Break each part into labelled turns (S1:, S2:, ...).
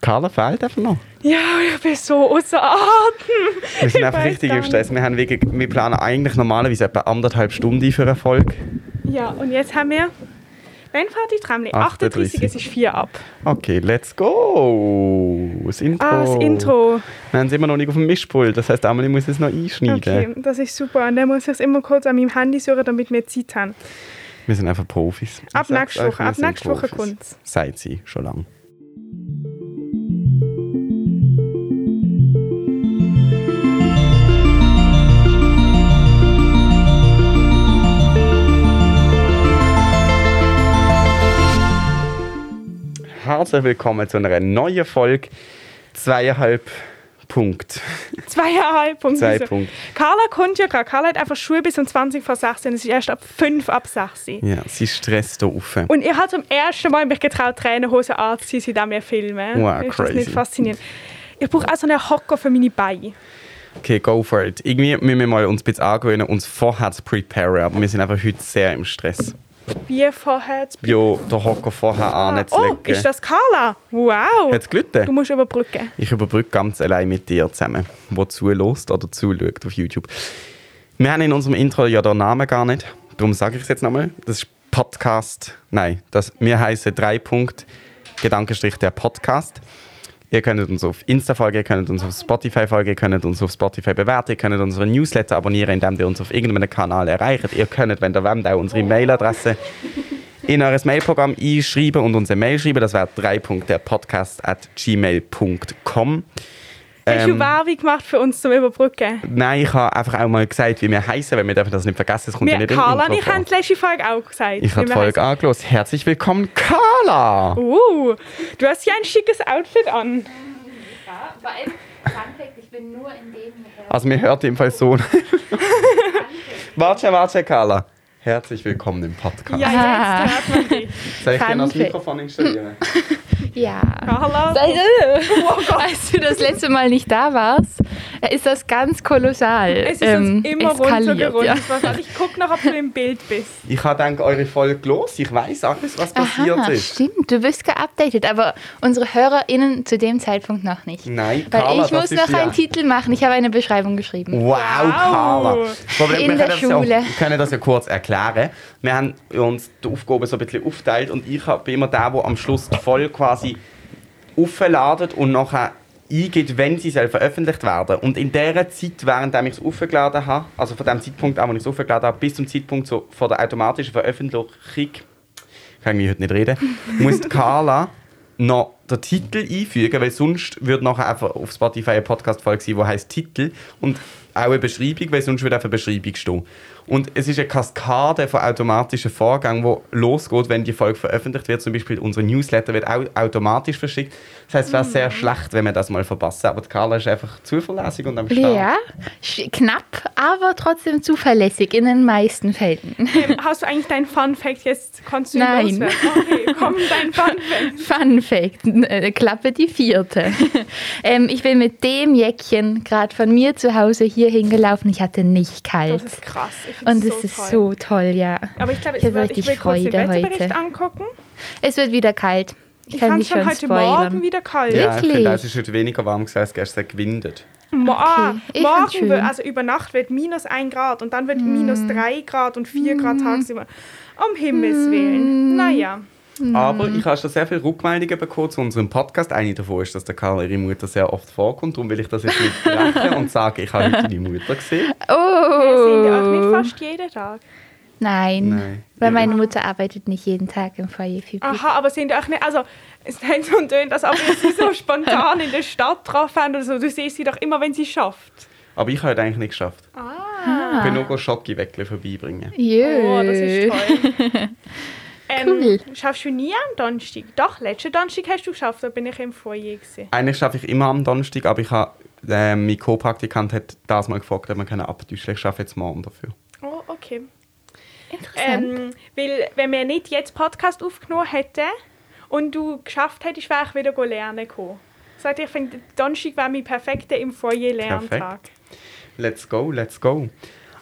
S1: Carla fehlt einfach noch.
S2: Ja, ich bin so außer Atem.
S1: Wir sind
S2: Ich
S1: einfach
S2: weiss
S1: richtig
S2: gar
S1: im Stress. Wir, haben wirklich, wir planen eigentlich normalerweise etwa anderthalb Stunden für eine Folge.
S2: nicht. Ja, und jetzt haben wir... Wann fährt die Tramli?
S1: 38.
S2: 38, es ist 4 ab.
S1: Okay, let's go! Das Intro.
S2: Ah, das Intro.
S1: Wir haben es immer noch nicht auf dem Mischpult. Das heisst, einmal muss ich es noch einschneiden.
S2: Okay, das ist super. Und dann muss ich es immer kurz an meinem Handy suchen, damit wir Zeit haben.
S1: Wir sind einfach Profis. Ich
S2: Ab
S1: sag's
S2: nächste
S1: euch,
S2: Woche,
S1: wir
S2: ab
S1: sind
S2: nächste Woche
S1: Profis.
S2: kommt's.
S1: Seid sie schon lang. Herzlich willkommen zu einer neuen Folge. Zweieinhalb Punkt.
S2: Zweieinhalb Punkte.
S1: Zwei Punkte.
S2: Carla kommt ja gerade. Carla hat einfach Schule bis um 20 vor 16. Es ist erst ab 5 ab 16.
S1: Ja, sie stresst hier rauf.
S2: Und ich habe zum ersten Mal mich getraut, Tränenhose anzuziehen, seitdem wir filmen.
S1: Wow,
S2: ist
S1: crazy.
S2: das nicht faszinierend? Ich brauche auch so einen Hocker für meine Beine.
S1: Okay, go for it. Irgendwie müssen wir mal uns ein bisschen angewöhnen, uns vorher zu preparen. Aber wir sind einfach heute sehr im Stress.
S2: Wie vorher zu
S1: Jo, den Hocker vorher
S2: Oh,
S1: anzulegen.
S2: ist das Carla? Wow!
S1: Hat's
S2: Du
S1: gelitten?
S2: musst überbrücken.
S1: Ich überbrücke ganz allein mit dir zusammen, wo zulässt oder zuschaut auf YouTube. Wir haben in unserem Intro ja den Namen gar nicht. Darum sage ich es jetzt nochmal. Das ist Podcast. Nein, das, wir heißen 3. Punkt, Gedankenstrich der Podcast. Ihr könntet uns auf Insta folgen, ihr könntet uns auf Spotify folgen, ihr könntet uns auf Spotify bewerten, ihr könntet unseren Newsletter abonnieren, indem ihr uns auf irgendeinem Kanal erreicht. Ihr könntet, wenn ihr wollt, auch unsere Mailadresse in euer Mailprogramm einschreiben und uns eine Mail schreiben. Das wäre 3. Punkt der Podcast at gmail.com.
S3: Ähm,
S2: Hast du Werbung gemacht für uns zum Überbrücken?
S1: Nein, ich habe einfach auch mal gesagt, wie wir heißen, weil wir dürfen das nicht vergessen. Es kommt ja
S2: Wir,
S1: nicht im
S2: Carla und
S1: Intro
S2: ich
S1: vor.
S2: haben die letzte Folge auch gesagt.
S1: Ich
S2: wie
S1: habe die
S2: wir
S1: Folge angelost. Herzlich willkommen, Carla!
S2: Oh, du hast ja ein schickes Outfit an.
S3: Ja, vor allem, Fun Fact, ich bin nur in dem hier.
S1: Also, mir hört im Fall so. warte, warte, Carla. Herzlich willkommen im Podcast.
S2: Ja,
S3: Ah.
S2: jetzt hört man dich.
S1: Soll ich dir noch das
S3: Fun Fact.
S1: Mikrofon installieren?
S3: Ja.
S2: Carla,
S3: Oh Als du das letzte Mal nicht da warst, äh, ist das ganz kolossal.
S2: es ist
S3: ähm,
S2: uns immer
S3: eskaliert, ja.
S2: runtergerundet. Ja. Ich gucke noch, ob du im Bild bist.
S1: Ich habe gedacht, eure Folge los. Ich weiß alles, was passiert
S3: Aha,
S1: ist.
S3: stimmt, du bist geupdatet, aber unsere HörerInnen zu dem Zeitpunkt noch nicht.
S1: Nein,
S3: Weil
S1: Carla, das
S3: ich muss
S1: ist
S3: noch
S1: ja- Oh,
S3: einen Titel machen, ich habe eine Beschreibung geschrieben.
S1: Wow, Carla! Das Problem,
S3: In
S1: wir
S3: der
S1: können
S3: Schule.
S1: Das ja, können das ja kurz erklären. Wir haben uns die Aufgaben so ein bisschen aufteilt und ich hab- bin immer der, der am Schluss die Folge quasi aufladet und nachher eingeht, wenn sie selber veröffentlicht werden. Und in dieser Zeit, während ich es aufgeladen habe, also von dem Zeitpunkt an, wo ich es aufgeladen habe, bis zum Zeitpunkt so vor der automatischen Veröffentlichung, kann ich heute nicht reden, muss die Carla noch den Titel einfügen, weil sonst würde nachher einfach auf Spotify eine Podcast-Folge sein, die heisst Titel und auch eine Beschreibung, weil sonst würde einfach eine Beschreibung stehen. Und es ist eine Kaskade von automatischen Vorgängen, wo losgeht, wenn die Folge veröffentlicht wird. Zum Beispiel unser Newsletter wird auch automatisch verschickt. Das heißt, es wäre
S3: Mhm.
S1: sehr schlecht, wenn wir das mal verpassen. Aber die Carla ist einfach zuverlässig und am Start.
S3: Ja, sch- knapp, aber trotzdem zuverlässig in den meisten Fällen.
S2: Ähm, hast du eigentlich deinen Fun Fact jetzt kannst du ihn
S3: Nein.
S2: loswerden? Okay, komm, dein Fun Fact.
S3: Fun Fact, äh, Klappe die vierte. ähm, ich bin mit dem Jäckchen gerade von mir zu Hause hier hingelaufen. Ich hatte nicht kalt.
S2: Das ist krass. Ich find's
S3: Und es ist so toll, ja.
S2: Aber ich glaube,
S3: Ich
S2: ich,
S3: hab
S2: will- ich
S3: richtig
S2: will kurz den
S3: Freude
S2: Wetterbericht
S3: heute.
S2: angucken.
S3: Es wird wieder kalt. Ich
S2: Ich
S3: kann
S2: fand
S3: mich
S2: es schon
S3: schon
S2: heute Morgen
S3: spoilern.
S2: wieder kalt.
S1: Ja, ich finde,
S3: Wirklich?
S1: es ist heute weniger warm gewesen als gestern gewindet.
S2: Mo ah,
S3: ich fand's
S2: morgen,
S3: schön. Mm.
S2: wird, also über Nacht, wird minus 1 Grad und dann wird minus 3 Grad und 4 Grad tagsüber. Um Himmels
S3: Mm.
S2: Willen. Naja.
S1: Aber ich habe schon sehr viele Rückmeldungen bekommen zu unserem Podcast. Eine davon ist, dass der Karl ihre Mutter sehr oft vorkommt. Darum will ich das jetzt nicht brechen und sagen, ich habe heute deine Mutter gesehen.
S2: Wir sehen ja auch nicht
S3: Oh!
S2: fast jeden Tag.
S3: Nein,
S1: Nein.
S3: weil
S1: Ja.
S3: meine Mutter arbeitet nicht jeden Tag im Foyer Fibi.
S2: Aha, aber sind auch nicht. Also, es hat so tönt, als ob wir sie so spontan in der Stadt getroffen haben oder so. Du siehst sie doch immer, wenn sie schafft.
S1: Aber ich habe heute eigentlich nicht geschafft. Ich
S3: Ah.
S1: bin nur Schocki weckle vorbeibringen.
S2: Oh, das ist toll. Ähm,
S3: Cool.
S2: Schaffst du nie am Donnerstag? Doch, letzten Donnerstag hast du geschafft, da bin ich im Foyer. Gewesen.
S1: Eigentlich schaffe ich immer am Donnerstag, aber ich habe, äh, mein Co-Praktikant hat das mal gefragt, ob wir können abtäuschen. Ich schaffe jetzt morgen dafür.
S2: Oh, okay.
S3: Interessant.
S2: Ähm, weil, wenn wir nicht jetzt Podcast aufgenommen hätten und du geschafft hättest, wäre ich wieder go lernen gekommen. Das heißt, ich finde, Donnerstag wäre mein perfekter im Foyer Lerntag.
S1: Let's go, let's go.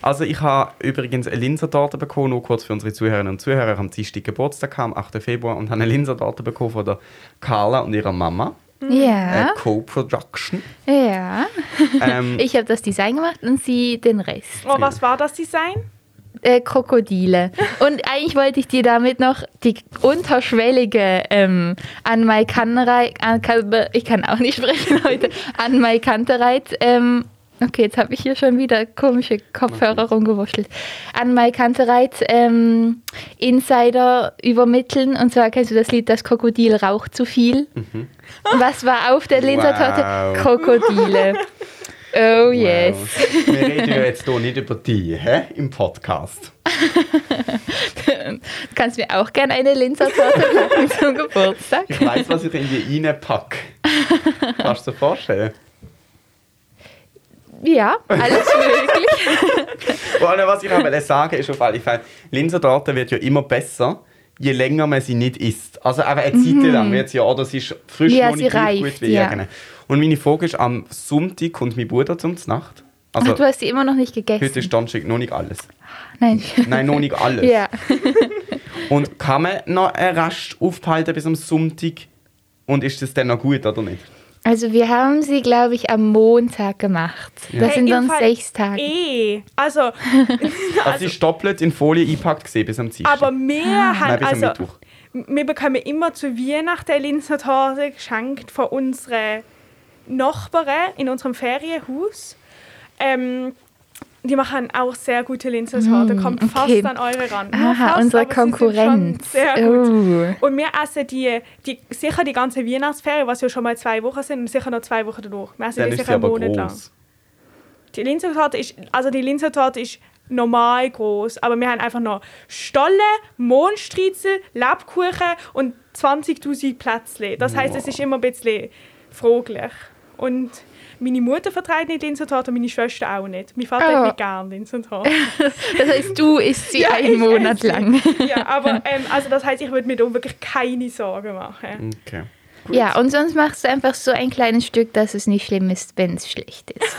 S1: Also ich habe übrigens eine Linsertorte bekommen, nur kurz für unsere Zuhörerinnen und Zuhörer. Am Dienstag Geburtstag, gehabt, am 8. Februar, und habe eine Linsertorte bekommen von der Carla und ihrer Mama.
S3: Ja,
S2: Ähm.
S1: Äh, Co-Production.
S3: ja.
S1: Ähm,
S3: Ich habe das Design gemacht und sie den Rest.
S2: Oh, was war das Design?
S3: Äh, Krokodile. Und eigentlich wollte ich dir damit noch die unterschwellige ähm, Anmai Kantereit, an, Kalbe- ich kann auch nicht sprechen heute, Anmai Kantereit, ähm, okay, jetzt habe ich hier schon wieder komische Kopfhörer rumgewurschtelt, Anmai Kantereit ähm, Insider übermitteln. Und zwar kennst du das Lied Das Krokodil raucht zu viel. Was war auf der
S1: Mhm.
S3: Linsertorte?
S1: Wow.
S3: Krokodile. Oh yes.
S1: Wow. Wir reden ja jetzt hier nicht über die, hä? Im Podcast.
S3: Du kannst mir auch gerne eine Linsertorte packen zum Geburtstag.
S1: Ich weiß, was ich in die reinpacke. Kannst du dir vorstellen?
S3: Ja, alles möglich.
S1: Und was ich auch wollte sagen ist auf alle Fälle, Linsentorte wird ja immer besser, je länger man sie nicht isst. Also aber eine Zeit lang wird sie ja, oder sie ist frisch
S3: Mhm. Ja,
S1: noch
S3: sie
S1: nicht gleich
S3: reift,
S1: gut wie
S3: ja.
S1: irgendeine. Und meine Frage ist, am Sonntag kommt mein Bruder zum Nacht. Also
S3: Ach, du hast sie immer noch nicht
S1: heute
S3: gegessen.
S1: ist Donnerstag noch nicht alles.
S3: Nein.
S1: Nein, noch nicht alles.
S3: Ja.
S1: Und kann man noch einen Rest aufhalten bis am Sonntag? Und ist das dann noch gut oder nicht?
S3: Also wir haben sie, glaube ich, am Montag gemacht.
S2: Hey,
S3: Das sind
S2: Äh, im
S3: dann
S2: Fall
S3: sechs Tage.
S2: Eh. Also,
S1: Also, sie ist doppelt in Folie eingepackt gesehen bis am Dienstag.
S2: aber wir
S1: Nein,
S2: haben
S1: bis am
S2: also
S1: Mittwoch.
S2: wir bekommen immer zu Weihnachten eine Linzer Torte geschenkt von unseren Nachbarn in unserem Ferienhaus. Ähm, die machen auch sehr gute Linzer Torte. Kommt
S3: Mm, okay.
S2: fast an eure ran. Nur
S3: Aha,
S2: fast,
S3: unsere
S2: aber sie sind schon
S3: Konkurrenz.
S2: Sehr gut.
S3: Oh.
S2: Und wir essen die, die, sicher die ganze Weihnachtsferien, was ja schon mal zwei Wochen sind, und sicher noch zwei Wochen danach. Wir essen
S1: Dann
S2: die
S1: ist sie
S2: sicher einen
S1: aber
S2: Monat lang.
S1: groß.
S2: Die Linsentorte ist, also die Linsentorte ist normal groß, aber wir haben einfach noch Stollen, Mondstriezel, Lebkuchen und 20.000 Plätzchen. Das heißt, es ist immer ein bisschen fraglich. Und meine Mutter vertreibt nicht Linsentorte und meine Schwester auch nicht. Mein Vater
S3: Oh.
S2: hat nicht gern Linsentorte.
S3: Das heißt, du isst sie einen
S2: ich
S3: Monat
S2: esse
S3: lang.
S2: ja, aber ähm, also das heißt, ich würde mir da wirklich keine Sorgen machen.
S1: Okay.
S3: Ja, und sonst machst du einfach so ein kleines Stück, dass es nicht schlimm ist, wenn es schlecht ist.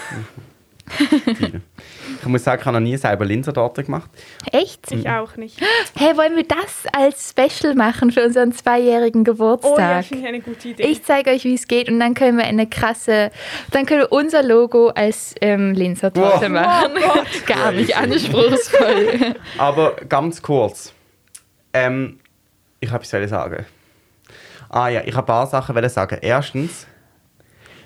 S1: Ich muss sagen, ich habe noch nie selber Linsentorte gemacht.
S3: Echt?
S1: Hm.
S2: Ich auch nicht.
S3: Hey, wollen wir das als Special machen für unseren zweijährigen Geburtstag?
S2: Oh ja, finde ich eine gute Idee.
S3: Ich zeige euch, wie es geht und dann können wir eine krasse, dann können wir unser Logo als ähm, Linzer Torte
S1: Wow.
S2: Oh
S3: machen. Gar nicht anspruchsvoll.
S1: Aber ganz kurz. Ähm, ich habe es sagen. Ah ja, ich habe ein paar Sachen wollen sagen. Erstens,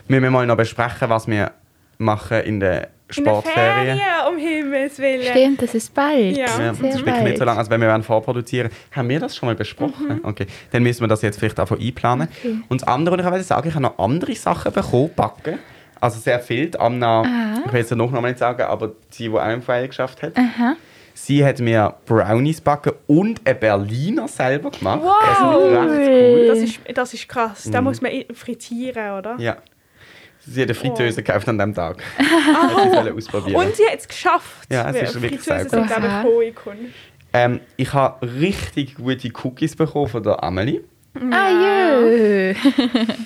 S1: wir müssen mal noch besprechen, was wir machen in den
S2: in der
S1: Sportferien.
S2: Ferien, um Himmels Willen.
S3: Stimmt, das ist bald.
S2: Ja.
S1: Ja, das
S3: Sehr
S1: ist wirklich
S3: bald.
S1: nicht so lange. Also wenn wir werden vorproduzieren, haben wir das schon mal besprochen?
S2: Mhm.
S1: Okay, dann müssen wir das jetzt vielleicht auch einplanen. Und das andere, was ich wollte sagen, ich habe noch andere Sachen bekommen, backen. Also sehr viel. Die Anna, ich will jetzt den Nachnamen nicht sagen, aber die, die auch im Freien geschafft hat. Sie hat mir Brownies backen und einen Berliner selber gemacht.
S2: Wow.
S1: Das ist recht cool.
S2: Das ist, das ist krass.
S1: Mhm.
S2: Da muss man eh frittieren, oder?
S1: Ja. Sie hat eine Fritteuse gekauft an dem Tag. Hat sie wollen ausprobieren.
S2: Und sie hat es geschafft.
S1: Ja, es ist wirklich sehr
S2: Fritteusen
S1: gut.
S2: sind, glaube
S3: Aha.
S2: ich, hohe Kunst.
S1: Ähm, ich habe richtig gute Cookies bekommen von der Amelie.
S3: Ah, jö.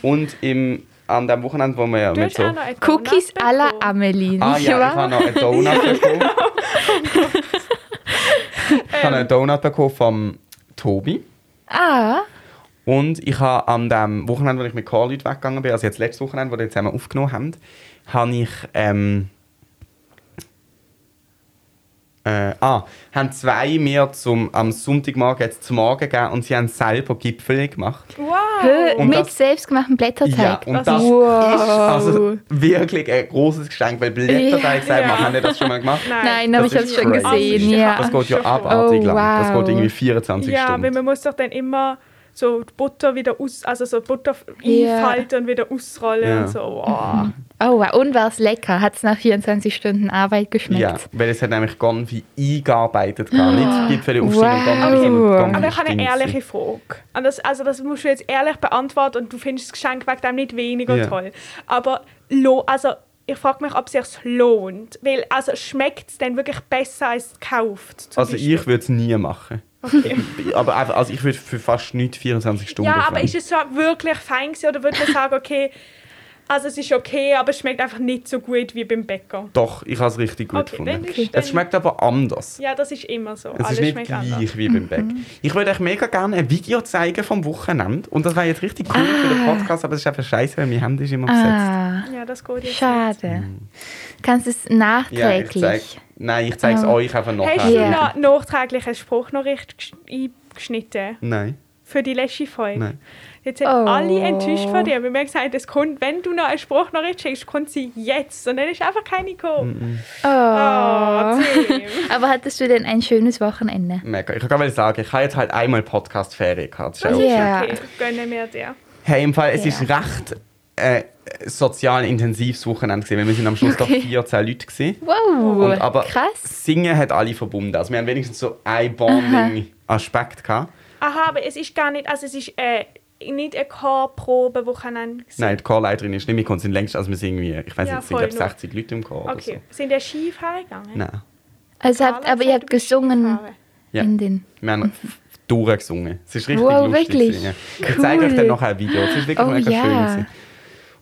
S1: Und im, an dem Wochenende, wo wir ja
S2: Du
S1: mit
S2: hast
S1: so...
S2: auch noch einen
S3: Cookies
S2: Donut
S3: à la
S2: bekommen.
S3: Amelie, nicht
S1: Ah ja, ich
S3: wahr?
S1: habe noch einen Donut bekommen. ich habe einen Donut bekommen vom Tobi.
S3: Ah,
S1: Und ich habe an dem Wochenende, wo ich mit Chorleuten weggegangen bin, also jetzt letztes Wochenende, wo wir zusammen aufgenommen haben, habe ich... Ähm, äh, ah, haben zwei mir zum, am Sonntagmorgen jetzt zum Morgen gegeben und sie haben selber Gipfel gemacht.
S3: hö,
S2: Wow.
S1: Und
S3: äh, mit
S1: das-
S3: selbstgemachtem Blätterteig.
S1: Ja, und
S2: Das
S1: das
S3: ist-
S1: ist also
S3: Wow.
S1: wirklich ein großes Geschenk, weil Blätterteig
S3: Ja.
S1: selber
S2: Ja.
S1: haben wir das schon mal gemacht.
S3: Nein, aber
S1: Das
S3: ich habe es
S1: ist
S3: schon
S1: crazy.
S3: gesehen.
S1: Das
S3: Ja.
S1: geht ja
S2: Schon
S1: abartig
S3: voll.
S1: lang.
S3: Oh,
S1: Das geht irgendwie
S3: wow.
S1: 24
S2: Ja, weil
S1: Stunden.
S2: man muss doch dann immer so die Butter wieder aus, also so die Butter
S3: Ja.
S2: einfalten und wieder ausrollen
S1: Ja.
S2: und so. Wow.
S3: Oh, wow. Und war es lecker? Hat es nach 24 Stunden Arbeit geschmeckt?
S1: Ja, weil es hat nämlich ganz wie eingearbeitet gar nicht Gipfel aufstehen und
S3: Wow.
S1: dann sondern
S2: Aber
S1: ganz
S2: ich habe eine
S1: dünn sein.
S2: ehrliche Frage. Und das, also das musst du jetzt ehrlich beantworten und du findest das Geschenk wegen dem nicht weniger
S1: Ja.
S2: toll. Aber lo, also ich frage mich, ob es sich lohnt. Weil also schmeckt es denn wirklich besser als gekauft? zum
S1: Also
S2: Beispiel?
S1: ich würde es nie machen. Aber einfach, also ich würde für fast nichts 24 Stunden
S2: Ja, aber
S1: aufwenden.
S2: ist es so wirklich fein gewesen, oder würde man sagen, okay, Also es ist okay, aber es schmeckt einfach nicht so gut wie beim Bäcker.
S1: Doch, ich habe es richtig gut
S2: Okay, dann
S1: gefunden.
S2: ist- dann-
S1: Es schmeckt aber anders.
S2: Ja, das ist immer so.
S1: Es ist nicht gleich wie
S3: Mhm.
S1: beim Bäck. Ich würde euch mega gerne ein Video zeigen vom Wochenende. Und das wäre jetzt richtig cool für den Podcast, aber es ist einfach scheiße, weil mein Handy ist immer besetzt.
S3: Ah,
S2: Ja, das geht jetzt.
S3: schade. Kannst es
S1: Mhm. Ja, ich zeig,
S3: nachträglich?
S1: nein, ich zeige es
S3: Ähm,
S1: euch einfach
S2: nicht.
S1: nachher.
S2: Hast du
S3: Ja.
S2: noch nachträglich einen Spruchnachricht gesch- eingeschnitten?
S1: Nein.
S2: Für die letzte Folge?
S1: Nein.
S2: Jetzt sind
S3: Oh.
S2: alle enttäuscht von dir. Wir haben gesagt, es kommt, wenn du noch eine Spruchnachricht schickst, kommt sie jetzt. Und dann ist einfach keine gekommen.
S3: Oh.
S2: Oh, Tim.
S3: Aber hattest du denn ein schönes Wochenende?
S1: Mega. Ich kann gerade sagen, ich habe jetzt halt einmal Podcast-Ferien gehabt. Das ist
S2: Das
S3: Oh,
S1: auch
S2: ist
S3: Ja.
S2: okay. Gönnen wir dir.
S1: Hey, im Fall, es
S3: Ja.
S1: ist recht äh, sozial intensives Wochenende gewesen. weil Wir sind am Schluss
S3: Okay.
S1: doch 14 Leute gewesen.
S3: Wow,
S1: Und aber
S3: krass.
S1: Singen hat alle verbunden. Also wir haben wenigstens so einen Bonding-Aspekt gehabt.
S2: Aha, aber es ist gar nicht, also es ist äh, nicht eine Chorprobe, wo kann dann
S1: Nein, die Chorleiterin ist nicht mitgekommen. Es sind längst, also wir sind irgendwie, ich weiß
S2: Ja,
S1: nicht, es sind
S2: voll
S1: glaube
S2: nur.
S1: 60 Leute im Chor oder so.
S2: Okay, sind ihr Skifahren gegangen?
S1: Nein.
S3: Also habt,
S2: Carla
S3: aber ihr
S2: sagt,
S3: habt
S2: du bist
S3: gesungen
S2: Skifahren.
S1: Ja.
S3: in den.
S1: Wir haben durchgesungen. Es ist richtig
S3: Wow,
S1: lustig.
S3: wirklich?
S1: gewesen, ja. Ich zeige euch
S3: Cool.
S1: dann nachher ein Video. Es ist wirklich
S3: Oh,
S1: mega
S3: ja.
S1: schön. Gewesen.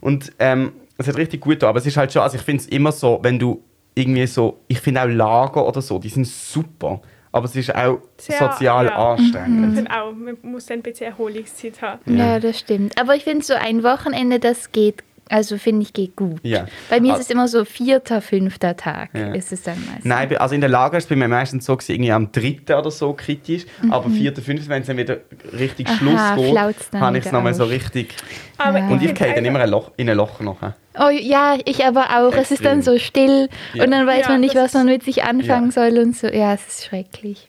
S1: Und ähm, es hat richtig gut getan, aber es ist halt schon, also ich finde es immer so, wenn du irgendwie so, ich finde auch Lager oder so, die sind super, aber es ist auch
S2: Sehr,
S1: sozial
S2: ja.
S3: Mhm.
S1: anstrengend.
S2: Dann auch, man muss dann ein bisschen Erholungszeit haben.
S3: Ja.
S1: Ja.
S3: das stimmt. Aber ich finde so ein Wochenende, das geht, also finde ich, geht gut.
S1: Ja.
S3: Bei mir
S1: Ah.
S3: ist es immer so vierter, fünfter Tag
S1: Ja.
S3: ist es dann meistens.
S1: Nein, also in der Lager ist es bei mir meistens so, gewesen, irgendwie am dritten oder so kritisch, aber vierten, fünften, wenn es dann wieder richtig
S3: Mhm. Aha,
S1: Schluss
S3: flaut's
S1: geht,
S3: dann
S1: habe ich es
S3: wieder
S1: nochmal so
S3: aus. Also-
S1: richtig...
S2: Aber
S1: Und ich
S2: find
S1: gehe dann
S2: einfach-
S1: immer ein Loch, in ein Loch nachher.
S3: Oh ja, ich aber auch. Es ist dann
S1: Extrem.
S3: so still
S1: Ja.
S3: und dann weiß
S2: Ja,
S3: man nicht,
S2: das
S3: was man mit sich anfangen
S1: Ja.
S3: soll und so. Ja, es ist schrecklich.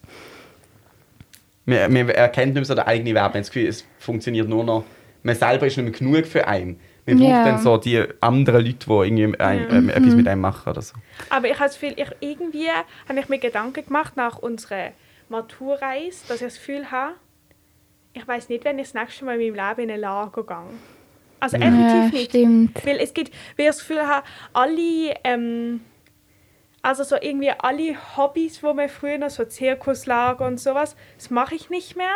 S1: Man, man erkennt nicht mehr so den eigenen Wert. Man hat das Gefühl, es funktioniert nur noch. Man selber ist nicht mehr genug für einen. Man braucht
S3: Ja. Mhm.
S1: dann so die anderen Leute, die irgendwie ein, ähm, etwas mit einem machen oder so.
S2: Aber ich habe das Gefühl, ich, irgendwie habe ich mir Gedanken gemacht nach unserer Maturreise, dass ich das Gefühl habe, ich weiß nicht, wenn ich das nächste Mal in meinem Leben in ein Lager gehe. Also
S3: Ja,
S2: effektiv nicht.
S3: stimmt.
S2: Weil es gibt, weil ich das Gefühl habe, alle, ähm, also so irgendwie alle Hobbys, wo man früher noch so Zirkuslager und sowas, das mache ich nicht mehr.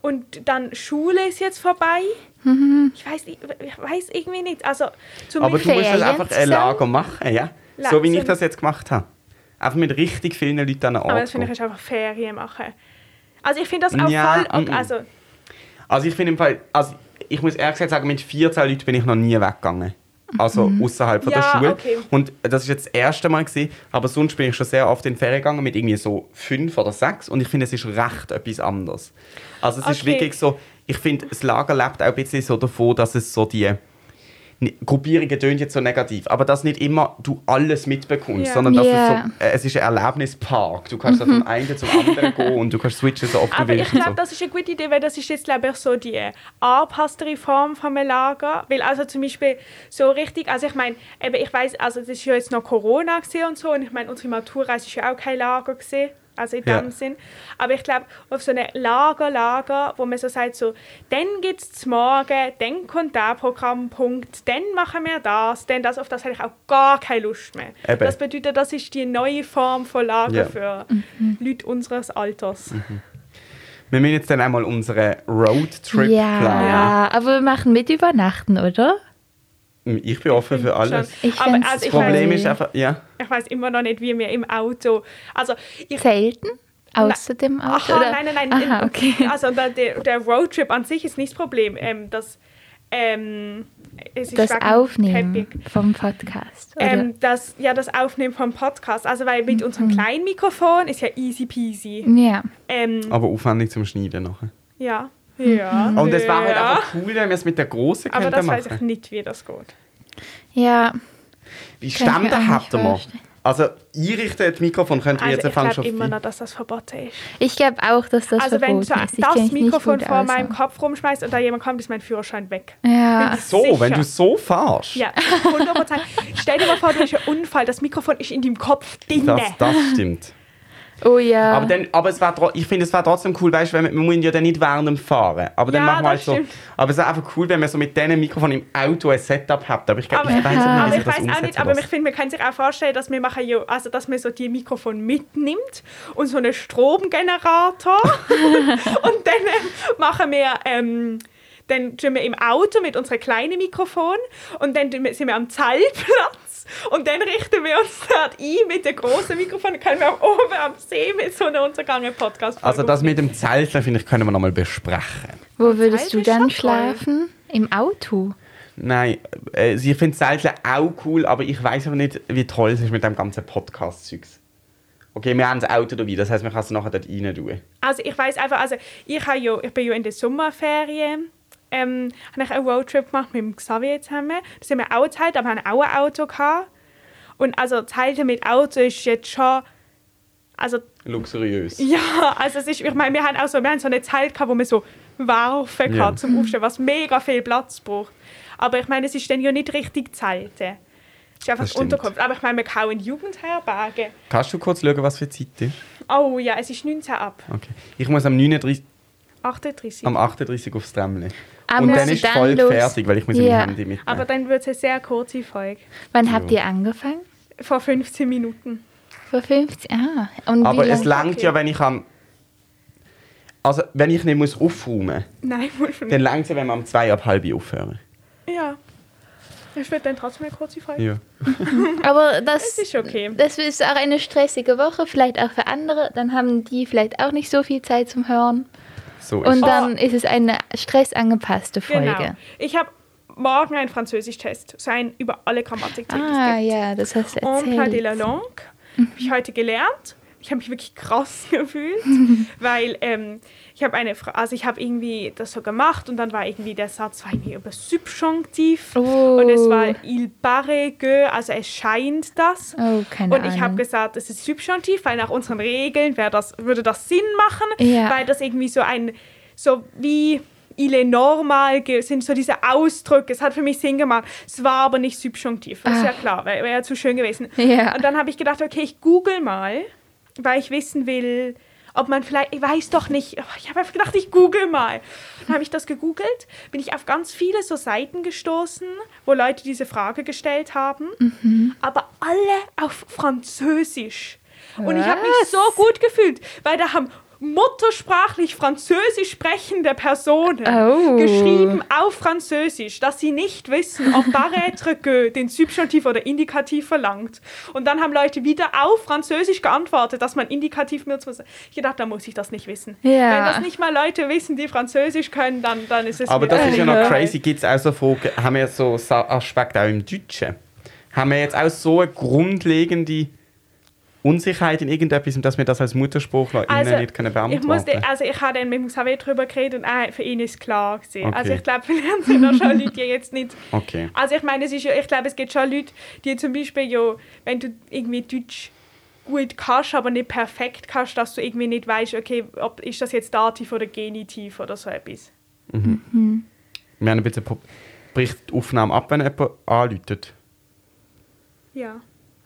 S2: Und dann Schule ist jetzt vorbei.
S3: Mhm.
S2: Ich weiß nicht, ich weiß irgendwie nicht. Also
S1: Aber
S2: zumindest
S1: du musst das
S3: Ferien
S1: einfach ein
S3: zusammen?
S1: Lager machen, ja? So wie ich
S2: Langsam.
S1: das jetzt gemacht habe. Einfach mit richtig vielen Leuten an einen
S2: Aber
S1: Ort.
S2: das finde ich
S1: gehen.
S2: ist einfach Ferien machen. Also ich finde das auch
S1: Ja,
S2: voll.
S1: mm,
S2: Und,
S1: mm.
S2: also,
S1: Also ich finde im Fall, also ich muss ehrlich gesagt sagen, mit 14 Leuten bin ich noch nie weggegangen. Also
S2: Mhm.
S1: außerhalb von
S2: Ja,
S1: der Schule.
S2: okay.
S1: Und das ist jetzt das erste Mal gewesen, aber sonst bin ich schon sehr oft in die Ferien gegangen mit irgendwie so fünf oder sechs und ich finde, es ist recht etwas anderes. Also es ist
S2: Okay.
S1: wirklich so, ich finde, das Lager lebt auch ein bisschen so davon, dass es so die Ne- Gruppierungen tönt jetzt so negativ, aber dass nicht immer du alles mitbekommst,
S2: Ja. Mhm.
S1: sondern dass
S3: Ja.
S1: es so, äh, es ist ein Erlebnispark. Du kannst da vom einen zum anderen gehen und du kannst switchen, so oft
S2: aber
S1: du willst.
S2: ich
S1: und
S2: glaube, das ist eine gute Idee, weil das ist jetzt, glaube ich, so die angepasstere Form von einem Lager. Weil also zum Beispiel so richtig, also ich meine, eben, ich weiß, also das ist ja jetzt noch Corona gewesen und so und ich meine, unsere Maturreise ist ja auch kein Lager gewesen. Also in
S1: Ja.
S2: dem Sinn. Aber ich glaube, auf so einem Lager, Lager, wo man so sagt, so, dann gibt es morgen, dann kommt der Programmpunkt, dann machen wir das, dann das, auf das habe ich auch gar keine Lust mehr.
S1: Eben.
S2: Das bedeutet, das ist die neue Form von Lager
S1: Ja.
S2: für Leute unseres Alters.
S1: Wir müssen jetzt dann einmal unseren Roadtrip
S3: ja,
S1: planen.
S3: aber wir machen mit übernachten, oder?
S1: Ich bin offen für alles.
S2: Schon.
S3: Ich
S2: aber
S3: find's
S2: also
S1: Das
S2: ich
S1: Problem
S2: weiß,
S1: ist einfach, ja.
S2: ich weiß immer noch nicht, wie wir im Auto. Also ich.
S3: Zelten? Außer dem Auto?
S2: Aha,
S3: oder?
S2: nein, nein, nein.
S3: Aha, okay.
S2: Also der, der der Roadtrip an sich ist nicht das Problem. Ähm, das ähm, es ist
S3: Das
S2: wegen
S3: Aufnehmen
S2: Teppich.
S3: vom Podcast. Oder? Mhm.
S2: Ähm, das, ja, das Aufnehmen vom Podcast. Also weil mit unserem kleinen Mikrofon ist ja easy peasy.
S3: ja.
S2: Ähm,
S1: Aber aufwendig zum Schneiden nachher.
S2: ja. Ja.
S1: Und es wäre halt
S2: ja.
S1: einfach cool, wenn wir es mit der großen
S2: Aber
S1: könnten
S2: das weiß ich
S1: machen.
S2: nicht, wie das geht.
S3: ja,
S1: Wie
S3: Kann ich mir auch
S1: Ständer
S3: nicht
S1: hätten wir?
S3: vorstellen.
S1: Also einrichten das Mikrofon könnten wir
S2: Also
S1: jetzt
S2: ich
S1: anfangen schon.
S2: glaube immer noch, dass das verboten ist.
S3: ich glaube auch, dass das
S2: Also wenn
S3: verboten
S2: so
S3: ist. Ich kenn's
S2: das
S3: nicht
S2: Mikrofon
S3: gut
S2: vor
S3: aus,
S2: meinem
S3: aber-
S2: Kopf rumschmeißt und da jemand kommt, ist mein Führerschein weg.
S3: Ja.
S2: Bin ich
S1: So, wenn du
S2: sicher.
S1: so fährst,
S2: Ja, 100%. Stell dir mal vor, du hast einen Unfall, das Mikrofon ist in deinem Kopf drin.
S1: das, das stimmt.
S3: Oh ja.
S1: Aber, dann, aber es wär, tro- ich finde, es wäre trotzdem cool, weißt, wenn wir, wir müssen ja dann nicht während dem Fahren. Aber dann
S2: Ja,
S1: machen wir halt
S2: das
S1: so.
S2: stimmt.
S1: Aber es wäre einfach cool, wenn wir so mit diesem Mikrofon im Auto ein Setup habt. Aber ich, glaub,
S2: aber
S1: ich weiß nicht,
S2: aber
S1: wie
S2: ich
S1: sich das
S2: weiß auch
S1: umsetzen
S2: nicht, aber
S1: lässt.
S2: ich finde, man kann sich auch vorstellen, dass wir machen ja, also dass man so die Mikrofon mitnimmt und so einen Stromgenerator und dann ähm, machen wir ähm, dann sind wir im Auto mit unserem kleinen Mikrofon und dann tun wir- sind wir am Zeltplatz und dann richten wir uns dort ein mit dem großen Mikrofon und können wir auch oben am See mit so einem untergangenen Podcast
S1: Also das mit dem Zelten, finde ich, können wir nochmal besprechen.
S3: Wo würdest du
S2: Zeit ist
S3: dann
S2: schon toll.
S3: schlafen? Im Auto.
S1: Nein, äh, ich finde Zelteln auch cool, aber ich weiß aber nicht, wie toll es ist mit dem ganzen Podcast-Zeugs. Okay, wir haben das Auto dabei, das heißt, man kann es nachher dort rein tun.
S2: Also ich weiß einfach, also ich, habe ja, ich bin ja in den Sommerferien, ähm, habe ich einen Roadtrip gemacht mit dem Xavier zusammen. Da sind wir auch geteilt, aber haben auch ein Auto gehabt. Und also teilen mit Auto ist jetzt schon, also
S1: Luxuriös.
S2: ja, also es ist, ich meine, wir haben auch so, wir haben so eine Zeit gehabt, wo man so werfen kann
S1: Ja.
S2: zum Aufstehen, was mega viel Platz braucht. Aber ich meine, es ist dann ja nicht richtig Zelte. Es
S1: Das
S2: ist einfach
S1: stimmt.
S2: Unterkunft. Aber ich meine, wir kann auch in Jugendherberge.
S1: Kannst du kurz schauen, was für Zeit ist?
S2: Oh ja, es ist 19 ab.
S1: Okay. Ich muss am 39,
S2: 38.
S1: am 38 aufs Tremli.
S3: Ah,
S1: Und
S3: musst
S1: dann
S3: du
S1: ist
S3: dann
S1: voll
S3: los?
S1: fertig, weil ich muss in
S3: Ja.
S1: mein Handy mitnehmen.
S2: Aber dann wird es eine sehr kurze Folge.
S3: Wann habt ihr angefangen?
S2: Vor 15 Minuten.
S3: Vor 50? Ah. Und
S1: Aber
S3: wie
S1: es
S3: lange?
S1: langt
S2: Okay.
S1: ja, wenn ich am... Also, wenn ich nicht muss aufräumen
S2: Nein, muss
S1: dann
S3: Mhm.
S2: nicht.
S1: langt es ja, wenn wir am 2 ab halb aufhören.
S2: Ja. Es wird dann trotzdem eine kurze Folge.
S1: Ja.
S3: Aber das,
S2: Es ist okay.
S3: das ist auch eine stressige Woche, vielleicht auch für andere. Dann haben die vielleicht auch nicht so viel Zeit zum Hören.
S1: So ist
S3: Und
S1: es.
S3: dann ist es eine stressangepasste Folge.
S2: Genau. Ich habe morgen einen Französisch-Test. So einen über alle Grammatik, die
S3: Ah
S2: es gibt.
S3: ja, Mhm. das hast du
S2: Emploi de
S3: erzählt.
S2: la langue. Habe ich heute gelernt. Ich habe mich wirklich krass gefühlt, weil ähm, ich habe eine Fra also ich habe irgendwie das so gemacht und dann war irgendwie der Satz war irgendwie über Subjunktiv
S3: Oh.
S2: und es war il paraît que, also es scheint das.
S3: Oh, keine
S2: und ich habe
S3: Ahnung.
S2: gesagt, es ist Subjunktiv, weil nach unseren Regeln wäre das, würde das Sinn machen,
S3: Ja.
S2: weil das irgendwie so ein, so wie il est normal ge- sind so diese Ausdrücke. Es hat für mich Sinn gemacht. Es war aber nicht Subjunktiv. Ist ja
S3: Ah.
S2: klar, wäre wär ja zu schön gewesen.
S3: Ja.
S2: Und dann habe ich gedacht, okay, ich google mal, weil ich wissen will, ob man vielleicht, ich weiß doch nicht, aber ich habe einfach gedacht, ich google mal. Dann habe ich das gegoogelt, bin ich auf ganz viele so Seiten gestoßen, wo Leute diese Frage gestellt haben, aber alle auf Französisch. Und ich habe mich
S3: Was?
S2: so gut gefühlt, weil da haben muttersprachlich französisch sprechende Personen
S3: Oh.
S2: geschrieben auf Französisch, dass sie nicht wissen, ob paraître que den Substantiv oder Indikativ verlangt. Und dann haben Leute wieder auf Französisch geantwortet, dass man Indikativ benutzt. muss. Ich gedacht, da muss ich das nicht wissen.
S3: Ja.
S2: Wenn das nicht mal Leute wissen, die Französisch können, dann, dann ist es
S1: Aber
S2: mir
S1: das ist ja
S2: egal.
S1: noch crazy. Gibt es auch so Fragen, haben wir so Sa- Aspekte auch im Deutschen? Haben wir jetzt auch so eine grundlegende Unsicherheit in irgendetwas, dass wir das als Muttersprachler
S2: Also,
S1: nicht können
S2: ich
S1: beantworten
S2: musste, also ich habe dann mit dem Xavier drüber geredet und auch für ihn ist es klar gewesen.
S1: Okay.
S2: Also ich glaube, vielleicht sind da schon Leute, die jetzt nicht...
S1: Okay.
S2: Also ich meine, es ist ja, ich glaube, es gibt schon Leute, die zum Beispiel ja, wenn du irgendwie Deutsch gut kannst, aber nicht perfekt kannst, dass du irgendwie nicht weißt, okay, ob ist das jetzt Dativ oder Genitiv oder so etwas.
S1: Wir haben ein bisschen... Pro- Bricht die Aufnahme ab, wenn jemand anläutet?
S2: Ja.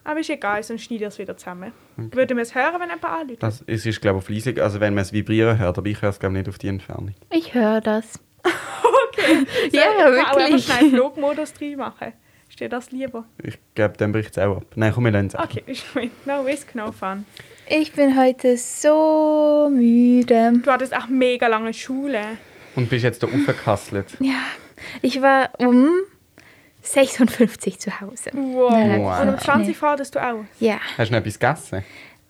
S2: Aber ist egal, sonst schneide ich es wieder zusammen. Würde man es hören, wenn jemand anruft?
S1: Das ist, ist glaube ich, auf leisig. Also wenn man es vibrieren hört, aber ich höre es, glaube ich, nicht auf die Entfernung.
S3: Ich höre das.
S2: Okay. Ich
S3: Ja,
S2: kann auch einfach
S3: wirklich.
S2: schnell Flugmodus drin machen. Ist dir das lieber?
S1: Ich glaube, dann bricht es auch ab. Nein, komm, wir lassen es ab.
S2: Okay, ist gut. No risk, no fun.
S3: Ich bin heute so müde.
S2: Du hattest auch mega lange Schule.
S1: Und bist jetzt da aufgekasselt.
S3: Ja, ich war um 56 zu Hause.
S2: Wow.
S1: Wow.
S2: Und um 20 Uhr hattest du auch.
S3: Ja,
S1: Hast du noch etwas gegessen?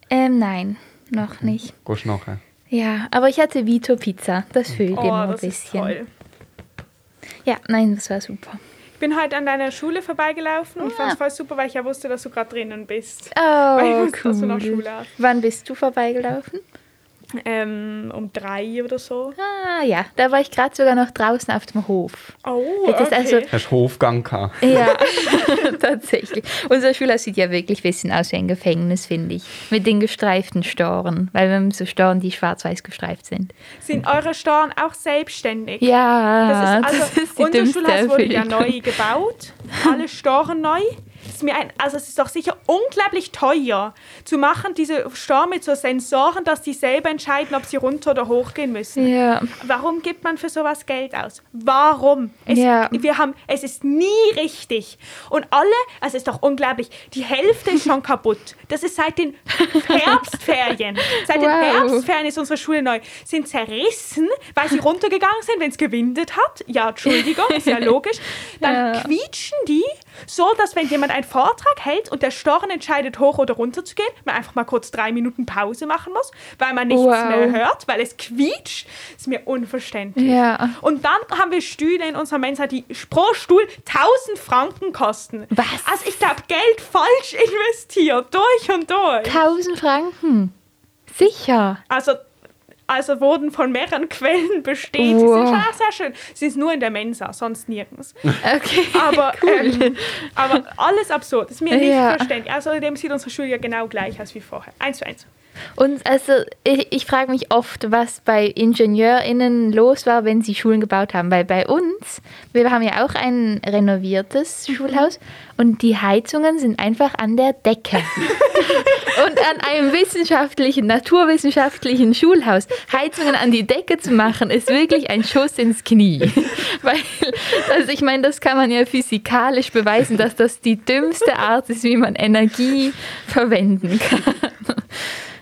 S3: ähm, nein, noch nicht.
S1: Gehst du nachher?
S3: Ja, aber ich hatte Vito Pizza. Das fehlt
S2: Oh,
S3: immer ein
S2: das ist
S3: bisschen.
S2: toll.
S3: Ja, nein, das war super.
S2: Ich bin heute an deiner Schule vorbeigelaufen und ich fand es voll super, weil ich ja wusste, dass du gerade drinnen bist. ich
S3: Oh,
S2: wusste, dass du noch
S3: cool.
S2: Schule hast.
S3: Wann bist du vorbeigelaufen?
S2: Ähm, um drei oder so.
S3: Ah ja, da war ich gerade sogar noch draußen auf dem Hof.
S2: Oh,
S3: Jetzt ist
S2: okay.
S3: also-
S1: Hast du Hofgang gehabt?
S3: Ja, tatsächlich. Unser Schulhaus sieht ja wirklich ein bisschen aus wie ein Gefängnis, finde ich. Mit den gestreiften Storen, weil wir haben so Storen, die schwarz-weiß gestreift sind.
S2: Sind eure Steuern auch selbstständig?
S3: Ja, also
S2: Das ist also, unser Schulhaus wurde ja neu gebaut. Alle Storen neu. Es es mir ein, also es ist doch sicher unglaublich teuer zu machen, diese Steuer mit so Sensoren, dass die selber entscheiden, ob sie runter oder hochgehen müssen.
S3: Ja.
S2: Warum gibt man für sowas Geld aus? Warum? Es,
S3: Ja.
S2: wir haben, es ist nie richtig. Und alle, also es ist doch unglaublich, die Hälfte ist schon kaputt. Das ist seit den Herbstferien. Seit den
S3: Wow.
S2: Herbstferien ist unsere Schule neu. Sind zerrissen, weil sie runtergegangen sind, wenn es gewindet hat. Ja, Entschuldigung, ist ja logisch. Dann
S3: Ja.
S2: quietschen die so, dass wenn jemand einen Vortrag hält und der Storn entscheidet, hoch oder runter zu gehen, man einfach mal kurz drei Minuten Pause machen muss, weil man nichts
S3: Wow.
S2: mehr hört, weil es quietscht. Ist mir unverständlich.
S3: Ja.
S2: Und dann haben wir Stühle in unserer Mensa, die pro Stuhl 1000 Franken kosten.
S3: Was?
S2: Also ich glaube, Geld falsch investiert, durch und durch.
S3: 1000 Franken. Sicher.
S2: Also, also wurden von mehreren Quellen bestätigt. Sie
S3: Wow.
S2: sind schon auch sehr schön. Sie ist nur in der Mensa, sonst nirgends.
S3: Okay.
S2: Aber, ähm, aber alles absurd. Ist mir nicht
S3: Ja.
S2: verständlich. Also in dem sieht unsere Schule ja genau gleich aus wie vorher. Eins zu eins.
S3: Und also ich, ich frage mich oft, was bei IngenieurInnen los war, wenn sie Schulen gebaut haben. Weil bei uns, wir haben ja auch ein renoviertes Schulhaus und die Heizungen sind einfach an der Decke. und an einem wissenschaftlichen, naturwissenschaftlichen Schulhaus Heizungen an die Decke zu machen, ist wirklich ein Schuss ins Knie. Weil, also ich meine, das kann man ja physikalisch beweisen, dass das die dümmste Art ist, wie man Energie verwenden kann.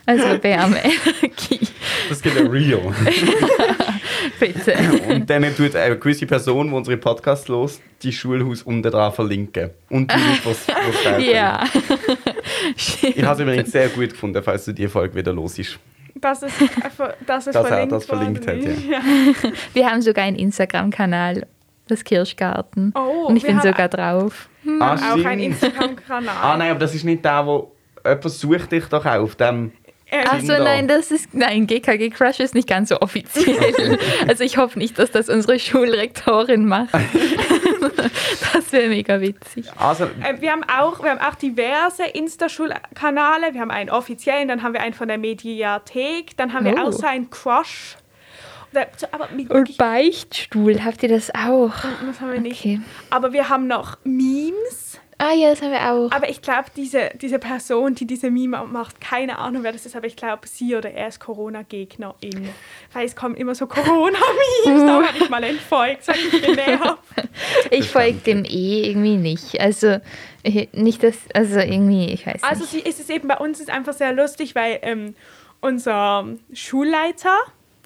S3: Also wärme, Energie,
S1: Das geht ja real.
S3: bitte.
S1: Und dann tut eine gewisse Person, die unsere Podcast los, die Schulhaus unten dran verlinken. Und die Leute, was, was da
S3: Ja.
S1: Ich habe es übrigens sehr gut gefunden, falls du die Folge wieder los ist.
S2: Das ist, äh, das
S1: Dass
S2: ist
S1: er
S2: verlinkt
S1: das verlinkt hat,
S2: worden.
S1: ja.
S3: Wir haben sogar einen Instagram-Kanal, das Kirschgarten.
S2: Oh,
S3: Und ich
S2: wir
S3: bin
S2: haben
S3: sogar drauf.
S1: Ah,
S2: Auch ein
S1: stimmt.
S2: Instagram-Kanal.
S1: Ah nein, aber das ist nicht der, wo... Jemand sucht dich doch auch auf dem...
S2: Äh,
S3: Ach so,
S1: Kinder.
S3: also nein, das ist. Nein, GKG Crush ist nicht ganz so offiziell. Also ich hoffe nicht, dass das unsere Schulrektorin macht. Das wäre mega witzig.
S1: Also,
S2: Ähm, wir, haben auch, wir haben auch diverse Insta-Schulkanale. Wir haben einen offiziellen, dann haben wir einen von der Mediathek, dann haben wir
S3: Oh.
S2: auch so einen Crush. Da- so, Aber mit
S3: Und
S2: wirklich,
S3: Beichtstuhl, habt ihr das auch?
S2: das haben wir nicht.
S3: Okay.
S2: Aber wir haben noch Memes.
S3: Ah ja, das haben wir auch.
S2: Aber ich glaube, diese, diese Person, die diese Meme macht, keine Ahnung, wer das ist, aber ich glaube, sie oder er ist Corona-Gegnerin. Weil es kommen immer so Corona-Memes, da habe ich mal entfolgt, sag ich mir näher.
S3: Ich folge dem eh irgendwie nicht. Also eh, nicht das, also irgendwie, ich weiß
S2: Also
S3: nicht.
S2: sie ist es eben bei uns ist einfach sehr lustig, weil ähm, unser Schulleiter,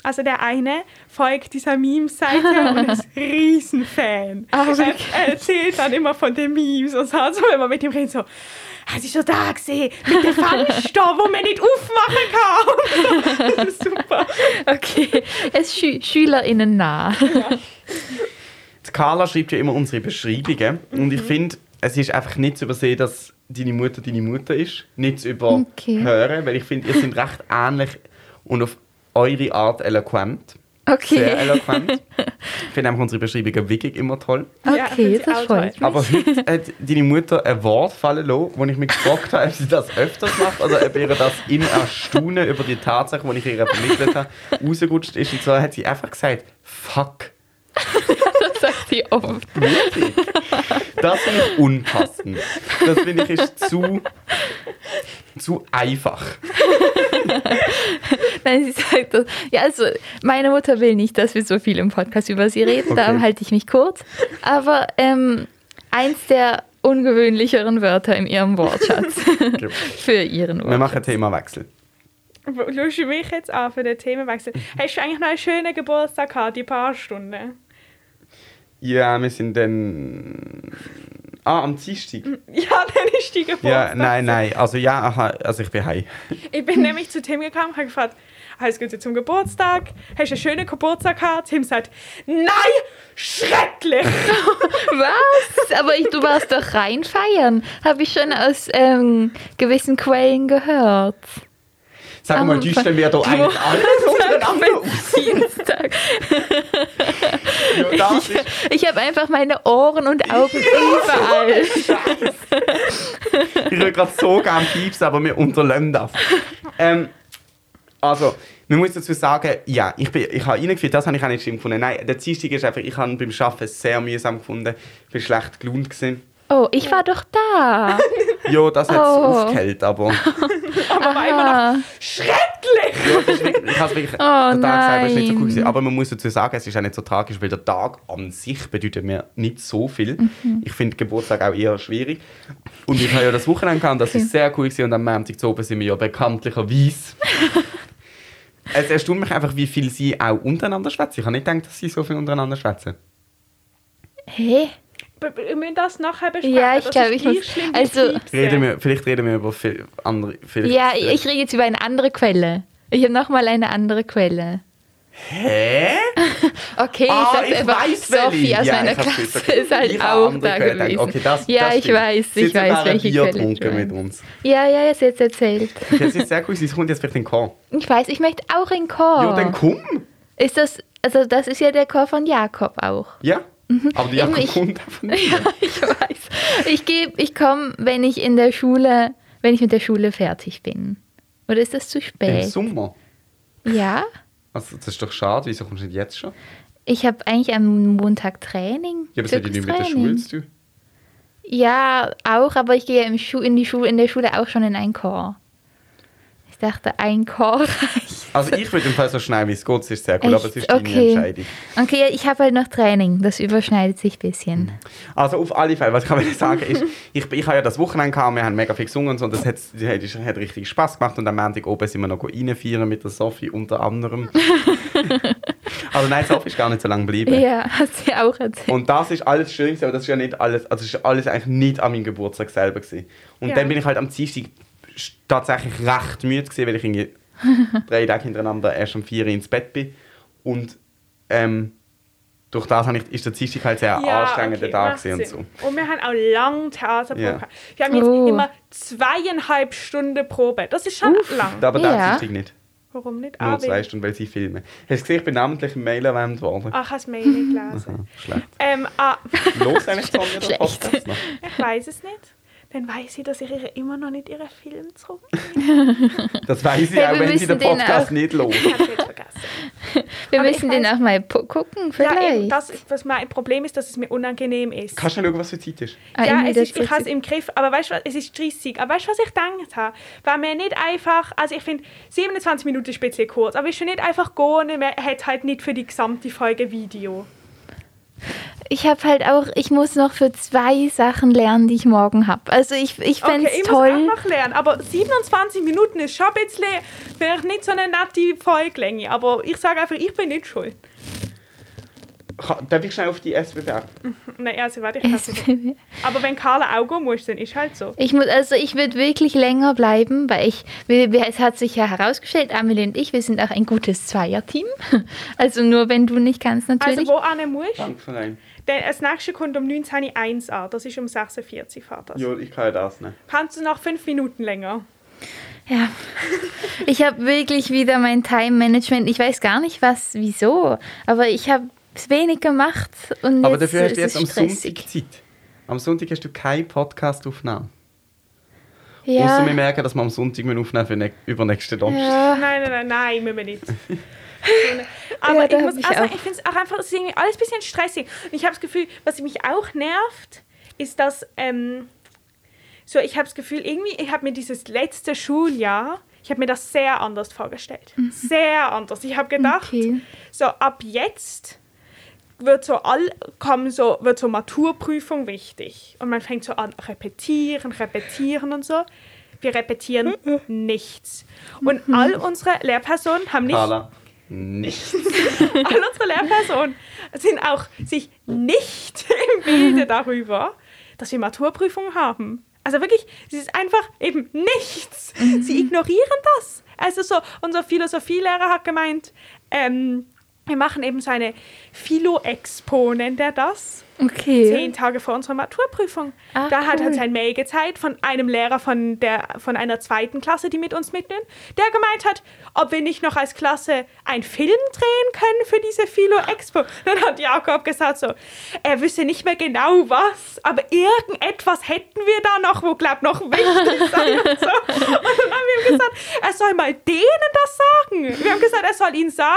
S2: also der eine, folgt dieser Meme-Seite und ist Riesenfan.
S3: Ah,
S2: er,
S3: wirklich?
S2: er erzählt dann immer von den Memes und so, also wenn man mit ihm redet, so, hast du schon da gesehen, mit dem Fangstoff, wo man nicht aufmachen kann. Und so, das ist super.
S3: Okay, es ist Schü SchülerInnen nah.
S1: die Carla schreibt ja immer unsere Beschreibungen. Und ich finde, es ist einfach nicht zu übersehen, dass deine Mutter deine Mutter ist. Nicht zu überhören,
S3: Okay.
S1: weil ich finde, ihr seid recht ähnlich und auf eure Art eloquent. Sehr
S3: Okay,
S1: eloquent. Ich finde einfach unsere Beschreibungen wirklich immer toll.
S2: Ja, finde
S3: okay,
S2: ich
S3: das
S2: auch
S3: freut mich.
S1: Aber heute hat deine Mutter ein Wort fallen lassen, wo ich mich gefragt habe, ob sie das öfters macht oder ob ihr das in Erstaunen über die Tatsache, die ich ihr vermittelt habe, rausgerutscht ist. Und zwar hat sie einfach gesagt, fuck.
S3: Das sagt sie oft.
S1: Das finde ich unpassend. Das finde ich ist zu, zu einfach.
S3: Nein, sie sagt das. Ja, also meine Mutter will nicht, dass wir so viel im Podcast über sie reden,
S1: Okay.
S3: darum halte ich mich kurz. Aber ähm, eins der ungewöhnlicheren Wörter in ihrem Wortschatz. Für ihren
S1: Wir
S3: Wortschatz.
S1: machen Themawechsel.
S2: Lust du mich jetzt an für den Themenwechsel?
S3: Mhm.
S2: Hast du eigentlich noch einen schönen Geburtstag gehabt, die paar Stunden?
S1: Ja, wir sind dann... Ah, am Dienstag?
S2: Ja, dann ist die Geburtstag.
S1: Ja, nein, nein. Also ja, aha, also ich bin heim.
S2: Ich bin nämlich zu Tim gekommen und habe gefragt, alles Gute zum um Geburtstag, hast du einen schönen Geburtstag gehabt? Tim sagt, nein, schrecklich.
S3: Was? Aber ich, du warst doch rein feiern. Habe ich schon aus ähm, gewissen Quellen gehört.
S1: Sag mal,
S3: Am-
S1: täuschen wir doch eigentlich alles untereinander aus.
S3: Dienstag.
S1: Ja, das ist
S3: Ich habe einfach meine Ohren und Augen überall.
S1: Ich würde gerade so gerne piepsen, aber wir unterlassen das. Ähm, also, man muss dazu sagen, ja, ich, bin, ich habe reingeführt, das habe ich auch nicht schlimm gefunden. Nein, der Dienstag ist einfach, ich habe ihn beim Arbeiten sehr mühsam gefunden. Ich war schlecht gelaunt. Gewesen.
S3: Oh, ich war doch da.
S1: Ja, das hat es
S3: Oh.
S1: aufgehalten, aber
S2: Aber war immer
S3: Ah.
S2: noch schrecklich.
S1: ja, das ist wirklich, ich hab's wirklich, der
S3: Oh,
S1: Tag selber ist nicht so gut gewesen. Aber man muss dazu sagen, es ist auch nicht so tragisch, weil der Tag an sich bedeutet mir nicht so viel.
S3: Mhm.
S1: Ich finde Geburtstag auch eher schwierig. Und ich habe ja das Wochenende gehabt, und das ist sehr cool gewesen. Und am Montag zu oben sind wir ja bekanntlicherweise. es erstaunt mich einfach, wie viel sie auch untereinander schwätzen. Ich habe nicht gedacht, dass sie so viel untereinander schwätzen.
S3: Hä?
S2: B- b- Wir müssen das nachher besprechen.
S3: Ja, ich
S2: Das
S3: glaube,
S2: ist
S3: ich muss-
S2: gleich schlimm wie
S3: also-
S2: Krebse.
S1: Reden wir, vielleicht reden wir über viel andere. Vielleicht,
S3: Ja, ich, ich rede jetzt über eine andere Quelle. Ich habe nochmal eine andere Quelle.
S1: Hä?
S3: Okay,
S1: Ah,
S3: ich
S1: ich
S3: dachte einfach,
S1: weiß,
S3: Sophie
S1: welche.
S3: aus
S1: Ja,
S3: meiner
S1: ich hab's
S3: Klasse
S1: gewusst, okay.
S3: ist halt
S1: Ich hab
S3: auch
S1: andere
S3: da
S1: Quelle gedacht.
S3: gewesen.
S1: Okay, das,
S3: ja,
S1: das
S3: ich
S1: stimmt.
S3: weiß,
S1: Sitzen
S3: ich weiß,
S1: während
S3: welche
S1: Bier
S3: Quelle.
S1: getrunken
S3: du
S1: mit
S3: meinst.
S1: uns.
S3: Ja, ja, jetzt jetzt erzählt.
S1: Das ist sehr cool, sie kommt jetzt vielleicht in den Chor.
S3: Ich weiß, ich möchte auch in Chor.
S1: Ja, dann komm.
S3: Ist das, also das ist ja der Chor von Jakob auch.
S1: Ja. Aber die
S3: Mhm. Eben,
S1: Jacke
S3: ich-
S1: kommt einfach nicht.
S3: Ja, ich weiß. Ich gebe, ich komme, wenn ich in der Schule, wenn ich mit der Schule fertig bin. Oder ist das zu
S1: Im
S3: spät?
S1: Sommer.
S3: Ja.
S1: Also, das ist doch schade, wieso kommst du nicht jetzt schon?
S3: Ich habe eigentlich am Montag Training.
S1: Ja, aber das hat ja nicht mit der
S3: Glückstraining.
S1: Schule zu tun.
S3: Ja, auch, aber ich gehe im Schu in, die Schule, in der Schule auch schon in einen Chor. Ich dachte, ein Chor reicht.
S1: Also, ich würde im Fall so schnell wie es geht, es ist sehr cool, aber es ist
S3: Echt?
S1: deine Entscheidung.
S3: Okay, ja, ich habe halt noch Training, das überschneidet sich ein bisschen.
S1: Also auf alle Fälle, was ich kann sagen ist, ich, ich habe ja das Wochenende gehabt, wir haben mega viel gesungen und so, und das hat, das hat richtig Spass gemacht und am Montag oben sind wir noch reinfeiern mit der Sophie unter anderem. also nein, Sophie ist gar nicht so lange geblieben.
S3: Ja, hast du ja auch erzählt.
S1: Und das ist alles schön, gewesen, aber das ist ja nicht alles, also das ist alles eigentlich nicht an meinem Geburtstag selber gewesen. Und
S2: Ja.
S1: dann bin ich halt am Dienstag sch- tatsächlich recht müde gewesen, weil ich irgendwie drei Tage hintereinander erst um vier Uhr ins Bett bin. Und ähm, durch das habe ich, ist der Dienstag halt sehr
S2: Ja,
S1: anstrengender
S2: okay,
S1: Tag
S2: macht
S1: gewesen und
S2: Sinn.
S1: so.
S2: Und wir haben auch lange Theaterprobe.
S1: Ja.
S2: Wir haben jetzt
S3: Oh.
S2: immer zweieinhalb Stunden Probe. Das ist schon lang.
S1: Aber
S3: Ja.
S1: da Dienstag nicht.
S2: Warum nicht?
S1: Nur
S2: Ah,
S1: zwei Stunden, weil sie filmen. Hast du gesehen, ich bin namentlich im Mail erwähnt worden.
S2: Ach, hast Mail eh nicht gelesen.
S1: Aha, schlecht.
S2: ähm, ah,
S1: Los eigentlich Sonja, der
S3: Schlecht.
S1: Podcast noch.
S2: ich weiß es nicht. Dann weiß ich, dass ich ihre immer noch nicht ihren Film zurück.
S1: Das weiß ich
S3: Hey,
S1: auch,
S3: wir
S1: wenn sie den
S3: müssen den
S1: Podcast
S3: auch-
S1: nicht los.
S2: Ich habe jetzt vergessen.
S3: Wir
S2: aber ich
S3: müssen den
S2: weiß-
S3: auch mal pu- gucken, vielleicht.
S2: ja, eben, das, ist- was mein Problem ist, dass es mir unangenehm ist.
S1: Kannst du schauen, was für Zeit ist?
S3: Ah,
S2: ja,
S3: irgendwie
S2: es ist,
S3: das
S2: ich habe es
S3: richtig-
S2: im Griff, aber weißt du, was, es ist 30. Aber weißt du, was ich gedacht habe? Weil mir nicht einfach, also ich finde, 27 Minuten ist ein bisschen kurz, aber ich schon nicht einfach gehen, und man hat halt nicht für die gesamte Folge Video.
S3: Ich habe halt auch, ich muss noch für zwei Sachen lernen, die ich morgen habe. Also ich, ich fände es
S2: ich
S3: toll.
S2: muss auch noch lernen, aber 27 Minuten ist schon ein bisschen, vielleicht nicht so eine nette Folgelänge, aber ich sage einfach, ich bin nicht schuld.
S1: Ka- Darf ich schnell auf die SBB?
S2: Nein, also warte, ich kann es nicht. Aber wenn Carla auch gehen muss, dann ist halt so.
S3: Ich muss, also ich würde wirklich länger bleiben, weil ich, wir, wir, es hat sich ja herausgestellt, Amelie und ich, wir sind auch ein gutes Zweierteam. Also nur wenn du nicht kannst, natürlich.
S2: Also wo ane musst,
S1: Danke für dein.
S2: denn das nächste kommt um 19.01 an, das ist um 46 fährt das.
S1: Jo, ich kann ja das nicht.
S2: Kannst du noch 5 Minuten länger?
S3: ja. Ich habe wirklich wieder mein Time-Management. Ich weiß gar nicht was, wieso, aber ich habe wenig gemacht und
S1: Aber
S3: jetzt
S1: dafür hast
S3: ist
S1: du jetzt
S3: es
S1: am
S3: stressig.
S1: Sonntag Zeit. Am Sonntag hast du keine Podcast-Aufnahme.
S3: Ja.
S1: Außer wir merken, dass wir am Sonntag müssen aufnehmen für ne übernächsten Donnerstag.
S3: ja.
S2: Nein, nein, nein, nein, müssen wir nicht. So eine- Aber
S3: da
S2: ich muss
S3: hab ich
S2: auch sagen,
S3: auch.
S2: ich finde es auch einfach, es ist irgendwie alles ein bisschen stressig. Und ich habe das Gefühl, was mich auch nervt, ist, dass, ähm, so, ich habe das Gefühl, irgendwie, ich habe mir dieses letzte Schuljahr, ich habe mir das sehr anders vorgestellt. Sehr anders. Ich habe gedacht,
S3: Mhm. Okay.
S2: so, ab jetzt wird so all kommen so wird so Maturprüfung wichtig und man fängt so an repetieren repetieren und so wir repetieren nichts und all unsere Lehrpersonen haben nicht
S1: Carla, nichts.
S2: all unsere Lehrpersonen sind auch sich nicht im Bilde darüber, dass wir Maturprüfungen haben. Also wirklich, es ist einfach eben nichts. Sie ignorieren das. Also so, unser Philosophielehrer hat gemeint, ähm, wir machen eben so eine Philo-Expo, nennt er das
S3: Okay.
S2: zehn Tage vor unserer Maturprüfung.
S3: Ah,
S2: da hat
S3: cool.
S2: uns ein Mail gezeigt von einem Lehrer von, der, von einer zweiten Klasse, die mit uns mitnimmt, der gemeint hat, ob wir nicht noch als Klasse einen Film drehen können für diese Philo Expo. Dann hat Jakob gesagt so, er wüsste nicht mehr genau was, aber irgendetwas hätten wir da noch, wo glaub noch wichtig sein und so. Und dann haben wir ihm gesagt, er soll mal denen das sagen. Wir haben gesagt, er soll ihnen sagen,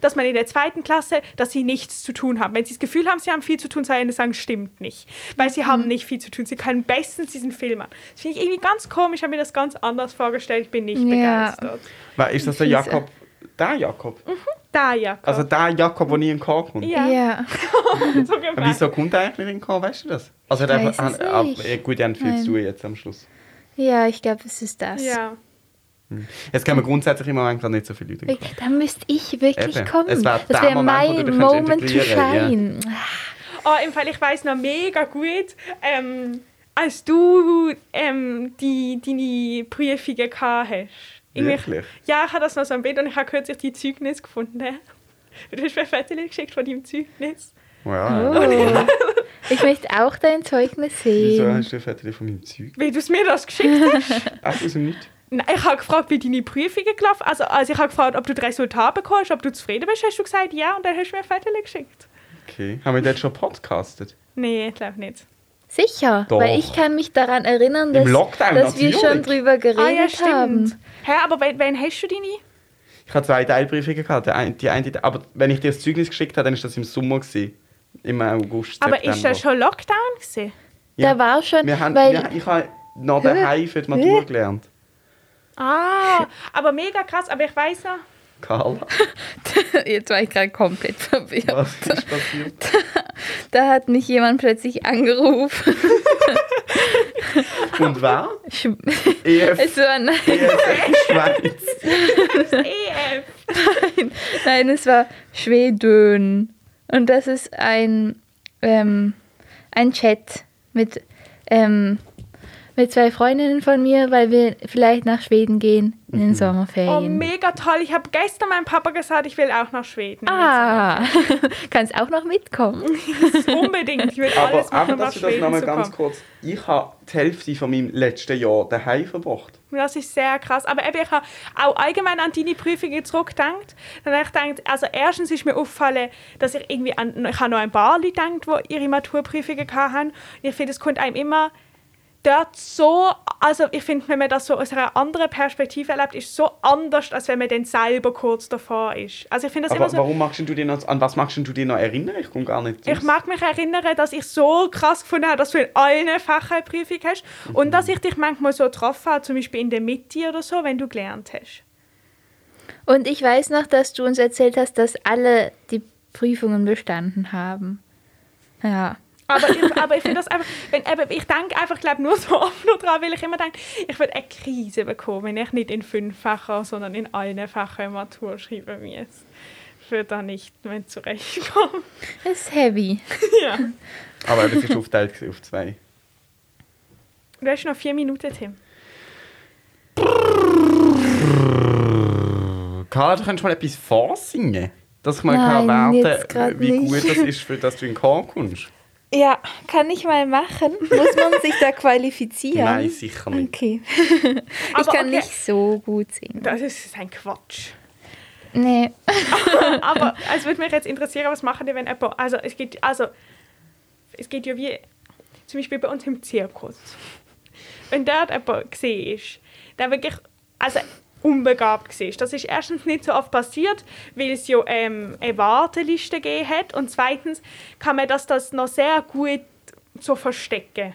S2: dass man in der zweiten Klasse, dass sie nichts zu tun haben. Wenn sie das Gefühl haben, sie haben viel zu tun, und seine sagen, stimmt nicht. Weil sie haben nicht viel zu tun. Sie können bestens diesen Film an. Das finde ich irgendwie ganz komisch. Ich habe mir das ganz anders vorgestellt. Ich bin nicht
S3: Ja.
S2: begeistert.
S1: Weil Ist das der
S3: Fiese.
S1: Jakob? Der Jakob?
S3: Oh
S2: Da, Jakob.
S1: Also der Jakob, der nie in den Chor kommt?
S2: Ja.
S3: ja.
S2: so gefragt.
S1: Äh, Wieso kommt er eigentlich in den Chor, weißt du das? Also der
S3: Weiß es
S1: ah,
S3: nicht.
S1: ah, gut, er hat viel
S3: Nein.
S1: zu tun jetzt am Schluss.
S3: Ja, ich glaube, es ist das.
S2: Ja.
S1: Jetzt können wir grundsätzlich im Moment gerade nicht so viele Leute in den Chor.
S3: Da müsste ich wirklich
S1: Eben.
S3: kommen.
S1: Es war
S3: das
S1: der
S3: wäre
S1: Moment, wo du
S3: mein
S1: dich kannst
S3: Moment to
S1: integrieren, ja.
S3: shine.
S2: Oh, im Fall, ich weiß noch mega gut, ähm, als du ähm, die, deine Prüfungen gehabt hast. Irgendwie-
S1: Wirklich?
S2: Ja, ich habe das noch so im Bild und ich habe kürzlich die Zeugnis gefunden. Du hast mir Fotos geschickt von deinem Zeugnis.
S1: Wow.
S3: Oh. Ich möchte auch dein Zeugnis
S1: Wieso
S3: sehen.
S1: hast du ein Foto von meinem Zeug?
S2: Weil du es mir das geschickt hast.
S1: Ach, aus dem Nichts?
S2: Nein, ich habe gefragt, wie deine Prüfungen gelaufen Also, also ich habe gefragt, ob du das Resultat bekommen hast, ob du zufrieden bist. Hast du gesagt, ja, und dann hast du mir Fotos geschickt.
S1: Okay. Haben wir dort schon podcastet?
S2: Nee, ich glaube nicht.
S3: Sicher,
S1: Doch.
S3: weil ich kann mich daran erinnern, dass,
S1: Lockdown
S3: dass wir
S1: natürlich.
S3: schon drüber geredet
S2: ah ja, stimmt.
S3: haben.
S2: Hä, aber wann, wann hast du deine?
S1: Ich habe zwei Teilbriefungen gehabt. Der ein- Die eine, aber wenn ich dir das Zeugnis geschickt habe, dann ist das im Sommer. Gewesen. Im August,
S2: Aber
S1: September.
S2: ist das schon Lockdown gewesen?
S1: Ja.
S3: Da war schon,
S1: Wir haben,
S3: weil
S1: wir, ich habe noch daheim für die Matur gelernt.
S2: Ah, aber mega krass, aber ich weiß noch.
S1: Carla,
S3: jetzt war ich gerade komplett verwirrt.
S1: was ist passiert?
S3: Da hat mich jemand plötzlich angerufen.
S1: Und wer? E
S3: Sch-
S1: EF,
S3: Es war, nein,
S1: EF Schweiz.
S2: eh, äh, EF.
S3: nein, es war Schwedön. Und das ist ein, ähm, ein Chat mit, ähm, mit zwei Freundinnen von mir, weil wir vielleicht nach Schweden gehen in
S1: Mhm.
S3: den
S2: Oh,
S3: Sommerferien.
S2: mega toll. Ich habe gestern meinem Papa gesagt, ich will auch nach Schweden.
S3: ah, kannst auch noch mitkommen.
S2: Unbedingt. Ich will alles
S1: Aber, aber
S2: machen, um nach
S1: dass du das
S2: Schweden
S1: nochmal
S2: zu
S1: ganz
S2: kommen.
S1: kurz. Ich habe die Hälfte von meinem letzten Jahr daheim verbracht.
S2: Das ist sehr krass. Aber eben, ich habe auch allgemein an deine Prüfungen zurückgedacht. Dann habe ich gedacht, also erstens ist mir aufgefallen, dass ich irgendwie an, ich habe noch ein paar Leute gedacht, die ihre Maturprüfungen hatten. Ich finde, es kommt einem immer dort so, also ich finde, wenn man das so aus einer anderen Perspektive erlebt, ist es so anders, als wenn man dann selber kurz davor ist. Also ich finde das
S1: Aber
S2: immer so...
S1: warum magst du dich noch, an was magst du dich noch erinnern? Ich komme gar nicht
S2: Ich
S1: raus.
S2: mag mich erinnern, dass ich so krass gefunden habe, dass du in allen Fächern eine Prüfung hast
S1: Mhm.
S2: und dass ich dich manchmal so getroffen habe, zum Beispiel in der Mitte oder so, wenn du gelernt hast.
S3: Und ich weiß noch, dass du uns erzählt hast, dass alle die Prüfungen bestanden haben. Ja.
S2: Aber ich, aber ich finde das einfach, wenn, eben, ich denke einfach glaub, nur so oft nur dran, weil ich immer denke, ich würde eine Krise bekommen, wenn ich nicht in fünf Fächern, sondern in allen Fächern Matur schreiben müsste. Ich würde da nicht mehr zurechtkommen.
S3: Das ist heavy.
S2: ja.
S1: Aber das war aufgeteilt gewesen auf zwei.
S2: Du hast noch vier Minuten, Tim.
S1: Carla, du könntest mal etwas vorsingen. Dass ich mal
S3: Nein,
S1: kann
S3: jetzt grad
S1: erwarten wie
S3: nicht.
S1: gut das ist, für, dass du in den Chor kommst.
S3: Ja, kann ich mal machen. Muss man sich da qualifizieren?
S1: Nein, sicher nicht.
S3: Okay. Ich
S2: Aber
S3: kann
S2: okay.
S3: nicht so gut singen.
S2: Das ist ein Quatsch.
S3: Nee.
S2: Aber es würde mich jetzt interessieren, was machen die, wenn jemand. Also es geht, also es geht ja wie zum Beispiel bei uns im Zirkus. Wenn dort jemand gesehen ist, der wirklich also unbegabt war. Das ist erstens nicht so oft passiert, weil es ja ähm, eine Warteliste gegeben hat. Und zweitens kann man das, das noch sehr gut so verstecken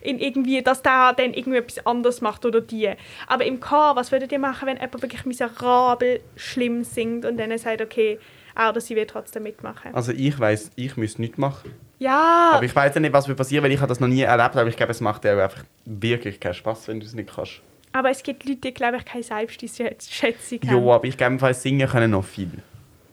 S2: in irgendwie, dass der dann irgendwie etwas anderes macht oder die. Aber im Chor, was würdet ihr machen, wenn jemand wirklich miserabel schlimm singt und dann sagt, okay, er oder sie will trotzdem mitmachen?
S1: Also ich weiß, ich müsste nichts machen.
S2: Ja,
S1: Aber ich weiß ja nicht, was wird passieren, weil ich habe das noch nie erlebt habe. Ich glaube, es macht dir auch einfach wirklich keinen Spaß, wenn du es nicht kannst.
S2: aber es gibt Leute, die, glaube ich, keine Selbstschätzung
S1: Ja,
S2: haben.
S1: aber ich glaube, im Fall singen können noch viel.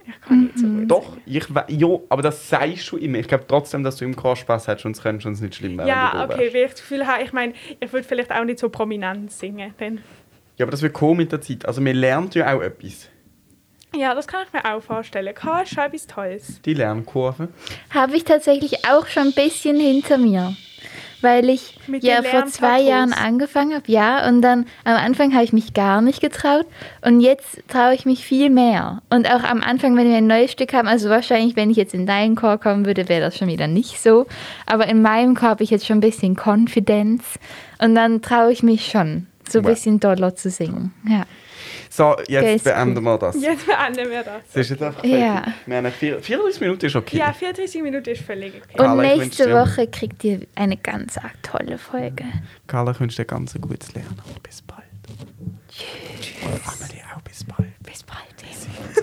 S2: Ich kann nicht so
S3: Mhm.
S2: gut.
S1: Doch, ich we- jo, aber das sagst du immer. Ich glaube trotzdem, dass du im Chor Spaß hast, sonst könntest du uns nicht schlimm werden. wenn
S2: Ja,
S1: du da
S2: okay,
S1: wärst.
S2: weil ich das Gefühl habe, ich meine, ich würde vielleicht auch nicht so prominent singen. Denn
S1: Ja, aber das wird kommen mit der Zeit. Also man lernt ja auch etwas.
S2: ja, das kann ich mir auch vorstellen. Chor ist schon etwas Tolles.
S1: Die Lernkurve.
S3: Habe ich tatsächlich auch schon ein bisschen hinter mir. Weil ich
S2: Mit
S3: ja
S2: den
S3: vor zwei
S2: Lernplateaus.
S3: Jahren angefangen habe, ja, und dann am Anfang habe ich mich gar nicht getraut und jetzt traue ich mich viel mehr. Und auch am Anfang, wenn wir ein neues Stück haben, also wahrscheinlich, wenn ich jetzt in deinen Chor kommen würde, wäre das schon wieder nicht so. Aber in meinem Chor habe ich jetzt schon ein bisschen Confidence und dann traue ich mich schon, so ein
S1: Wow.
S3: bisschen doller zu singen. Ja.
S1: So,
S3: Okay,
S1: jetzt
S3: ist
S1: beenden wir das.
S2: Jetzt beenden wir das.
S1: Es ist jetzt einfach
S3: Ja.
S1: fertig. Wir haben eine vier, 34 Minuten ist okay.
S2: Ja, 34 Minuten ist völlig okay.
S3: Und
S1: Carla, ich wünsch
S3: nächste
S1: dir-
S3: Woche kriegt ihr eine ganz arg tolle Folge.
S1: Carla, ich wünsche dir ganz ein gutes Lernen. Bis bald. Tschüss. Amelie, auch bis bald.
S3: Bis bald.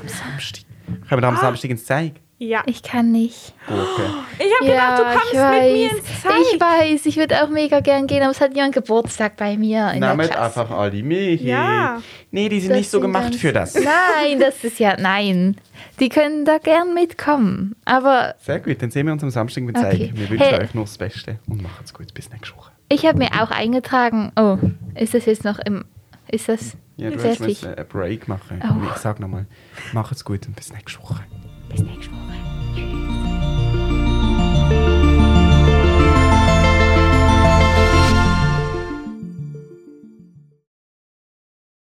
S1: Am Samstag. Können wir da am Samstag ins Zeig?
S2: Ja. Ich
S3: Ich kann nicht.
S1: Okay.
S2: habe gedacht, du kommst
S3: ich
S2: mit mir
S3: weiß.
S2: ins Zeug.
S3: Ich weiß, ich würde auch mega gern gehen, aber es hat jemand Geburtstag bei mir in
S1: Nehmt
S3: der Klasse.
S1: einfach alle mit.
S2: Ja.
S1: Nee, die sind
S3: Das
S1: nicht so
S3: sind
S1: gemacht
S3: ganz-
S1: für das.
S3: Nein, das ist ja, nein. Die können da gern mitkommen, aber
S1: Sehr gut, dann sehen wir uns am Samstag mit
S3: Okay.
S1: Zeig. Wir wünschen
S3: Hey.
S1: euch nur das Beste und macht's gut. Bis nächste Woche.
S3: ich habe mir auch eingetragen, oh, ist das jetzt noch im, ist das
S1: Ja, du
S3: fertig?
S1: hast einen Break machen.
S3: Oh.
S1: Ich sag nochmal, macht's gut und bis nächste Woche.
S3: Bis nächste Woche. Tschüss.